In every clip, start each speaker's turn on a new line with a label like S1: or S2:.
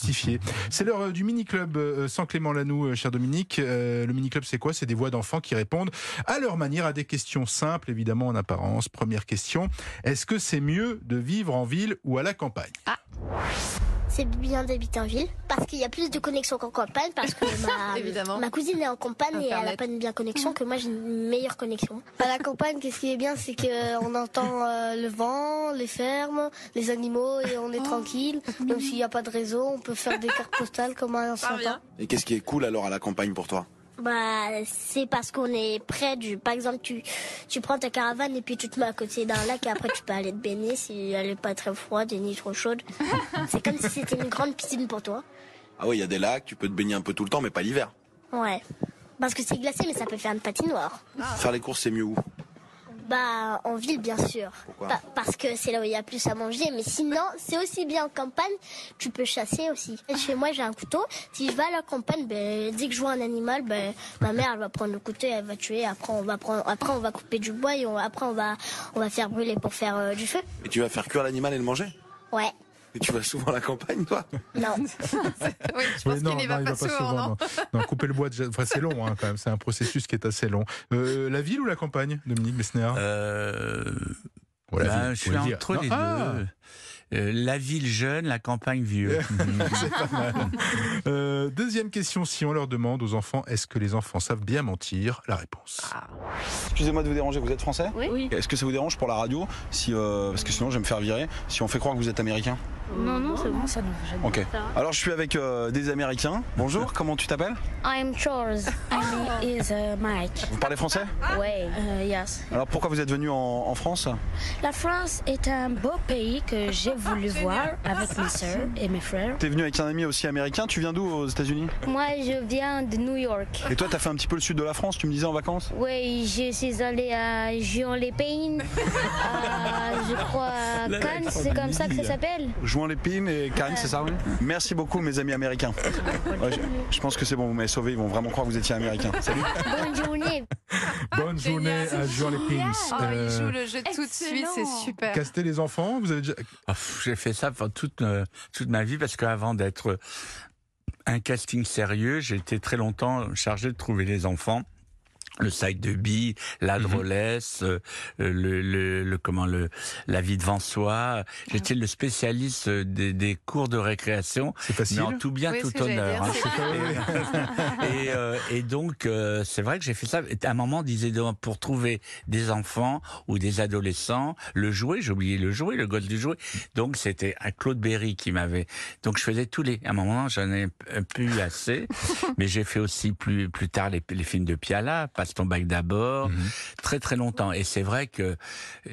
S1: justifié. C'est l'heure euh, du mini-club sans Clément Lanoux, euh, cher Dominique. Euh, le mini-club, c'est quoi C'est des voix d'enfants qui répondent à leur manière à des questions simples, évidemment en apparence. Première question, est-ce que c'est mieux de vivre en ville ou à la campagne
S2: ah. C'est bien d'habiter en ville parce qu'il y a plus de connexion qu'en campagne parce que ma, ma, cousine est en campagne Internet. et elle n'a pas une bien connexion que moi j'ai une meilleure connexion.
S3: À la campagne, qu'est-ce qui est bien, c'est qu'on entend euh, le vent, les fermes, les animaux et on est oh. tranquille. Même s'il n'y a pas de réseau, on peut faire des cartes postales comme un s'entend.
S4: Et qu'est-ce qui est cool alors à la campagne pour toi
S2: bah, c'est parce qu'on est près du. Par exemple, tu, tu prends ta caravane et puis tu te mets à côté d'un lac et après tu peux aller te baigner si elle n'est pas très froide et ni trop chaude. C'est comme si c'était une grande piscine pour toi.
S4: Ah oui, il y a des lacs, tu peux te baigner un peu tout le temps, mais pas l'hiver.
S2: Ouais. Parce que c'est glacé, mais ça peut faire une patinoire.
S4: Faire les courses, c'est mieux où
S2: bah, en ville, bien sûr.
S4: Pourquoi
S2: bah, parce que c'est là où il y a plus à manger. Mais sinon, c'est aussi bien en campagne. Tu peux chasser aussi. Chez moi, j'ai un couteau. Si je vais à la campagne, bah, dès que je vois un animal, bah, ma mère, elle va prendre le couteau et elle va tuer. Après, on va prendre, après, on va couper du bois et on, après, on va, on va faire brûler pour faire euh, du feu.
S4: Et tu vas faire cuire l'animal et le manger?
S2: Ouais.
S4: Et tu vas souvent à la campagne, toi
S2: Non. oui,
S5: je pense oui, non, qu'il n'y va, pas, hein. souvent. souvent non.
S1: non. couper le bois, déjà, enfin, c'est long hein, quand même. C'est un processus qui est assez long. Euh, la ville ou la campagne, Dominique Messner
S6: euh... Bah, ville, je suis entre non. les ah. deux. Euh, la ville jeune, la campagne vieux.
S1: c'est pas mal. Euh, deuxième question, si on leur demande aux enfants, est-ce que les enfants savent bien mentir La réponse. Ah.
S4: Excusez-moi de vous déranger, vous êtes français
S7: oui. oui.
S4: Est-ce que ça vous dérange pour la radio si, euh, Parce que sinon je vais me faire virer, si on fait croire que vous êtes américain
S7: Non, non, c'est bon, Ah, ça nous
S4: gêne Ok. Alors je suis avec euh, des américains. Bonjour, comment tu t'appelles
S8: I'm Charles. I'm is Mike.
S4: Vous parlez français
S8: Oui. Euh, yes.
S4: Alors pourquoi vous êtes venu en, en France
S8: La France est un beau pays que j'ai voulu voir avec mes soeurs et mes frères.
S4: T'es venu avec un ami aussi américain. Tu viens d'où aux États-Unis
S8: Moi, je viens de New York.
S4: Et toi, t'as fait un petit peu le sud de la France. Tu me disais en vacances
S8: Oui, je suis allée à Juan-les-Pines. je crois à Cannes, c'est comme ça que ça s'appelle.
S4: Juan-les-Pines et Cannes, c'est ça oui Merci beaucoup, mes amis américains. Ouais, je, je, pense que c'est bon. Vous m'avez sauvé. Ils vont vraiment croire que vous étiez américain. Salut.
S8: Bonne journée.
S1: Bonne
S5: Ah,
S1: journée à Euh, Juan-les-Pines.
S5: Oh, il joue le jeu tout de suite. C'est super.
S1: Caster les enfants. Vous avez déjà
S6: Ah, j'ai fait ça pendant toute, euh, toute ma vie parce qu'avant d'être un casting sérieux, j'ai été très longtemps chargé de trouver les enfants le side de Bille, la drôlesse, mm-hmm. euh, le, le, le, comment le la vie de Vansois. J'étais le spécialiste euh, des, des cours de récréation.
S1: C'est facile.
S6: Mais en tout bien,
S5: oui,
S6: tout honneur. Hein,
S5: c'est
S6: et, euh, et, donc euh, c'est vrai que j'ai fait ça. À un moment, disait pour trouver des enfants ou des adolescents, le jouet. J'ai oublié le jouet, le gosse du jouet. Donc c'était un Claude Berry qui m'avait. Donc je faisais tous les. À un moment, j'en ai plus assez. mais j'ai fait aussi plus plus tard les, les films de Piala ton bac d'abord, mm-hmm. très très longtemps. Et c'est vrai que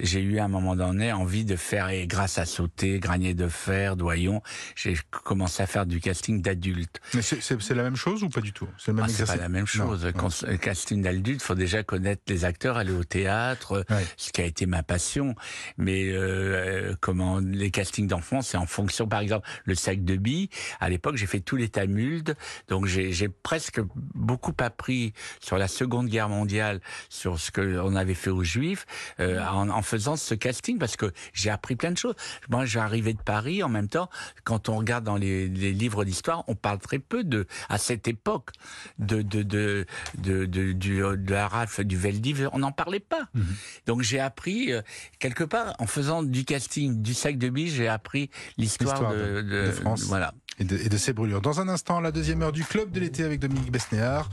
S6: j'ai eu à un moment donné envie de faire, et grâce à Sauter, Granier de Fer, Doyon, j'ai commencé à faire du casting d'adultes.
S1: Mais c'est, c'est, c'est la même chose ou pas du tout
S6: C'est le même ah, C'est pas la même chose. Non, Quand, non. Casting d'adulte, faut déjà connaître les acteurs, aller au théâtre, ouais. ce qui a été ma passion. Mais euh, comment les castings d'enfants, c'est en fonction, par exemple, le sac de billes. À l'époque, j'ai fait tous les Tamuldes, donc j'ai, j'ai presque beaucoup appris sur la Seconde Guerre mondiale sur ce que on avait fait aux Juifs euh, en, en, faisant ce casting parce que j'ai appris plein de choses. Moi, j'arrivais de Paris en même temps. Quand on regarde dans les, les livres d'histoire, on parle très peu de à cette époque de de de de, de, du, de la rafle du Veldiv. On n'en parlait pas. Mm-hmm. Donc j'ai appris euh, quelque part en faisant du casting du sac de billes, j'ai appris l'histoire, l'histoire de, de,
S1: de, France.
S6: Voilà.
S1: Et de, et de ses brûlures. Dans un instant, la deuxième heure du club de l'été avec Dominique Besnéard.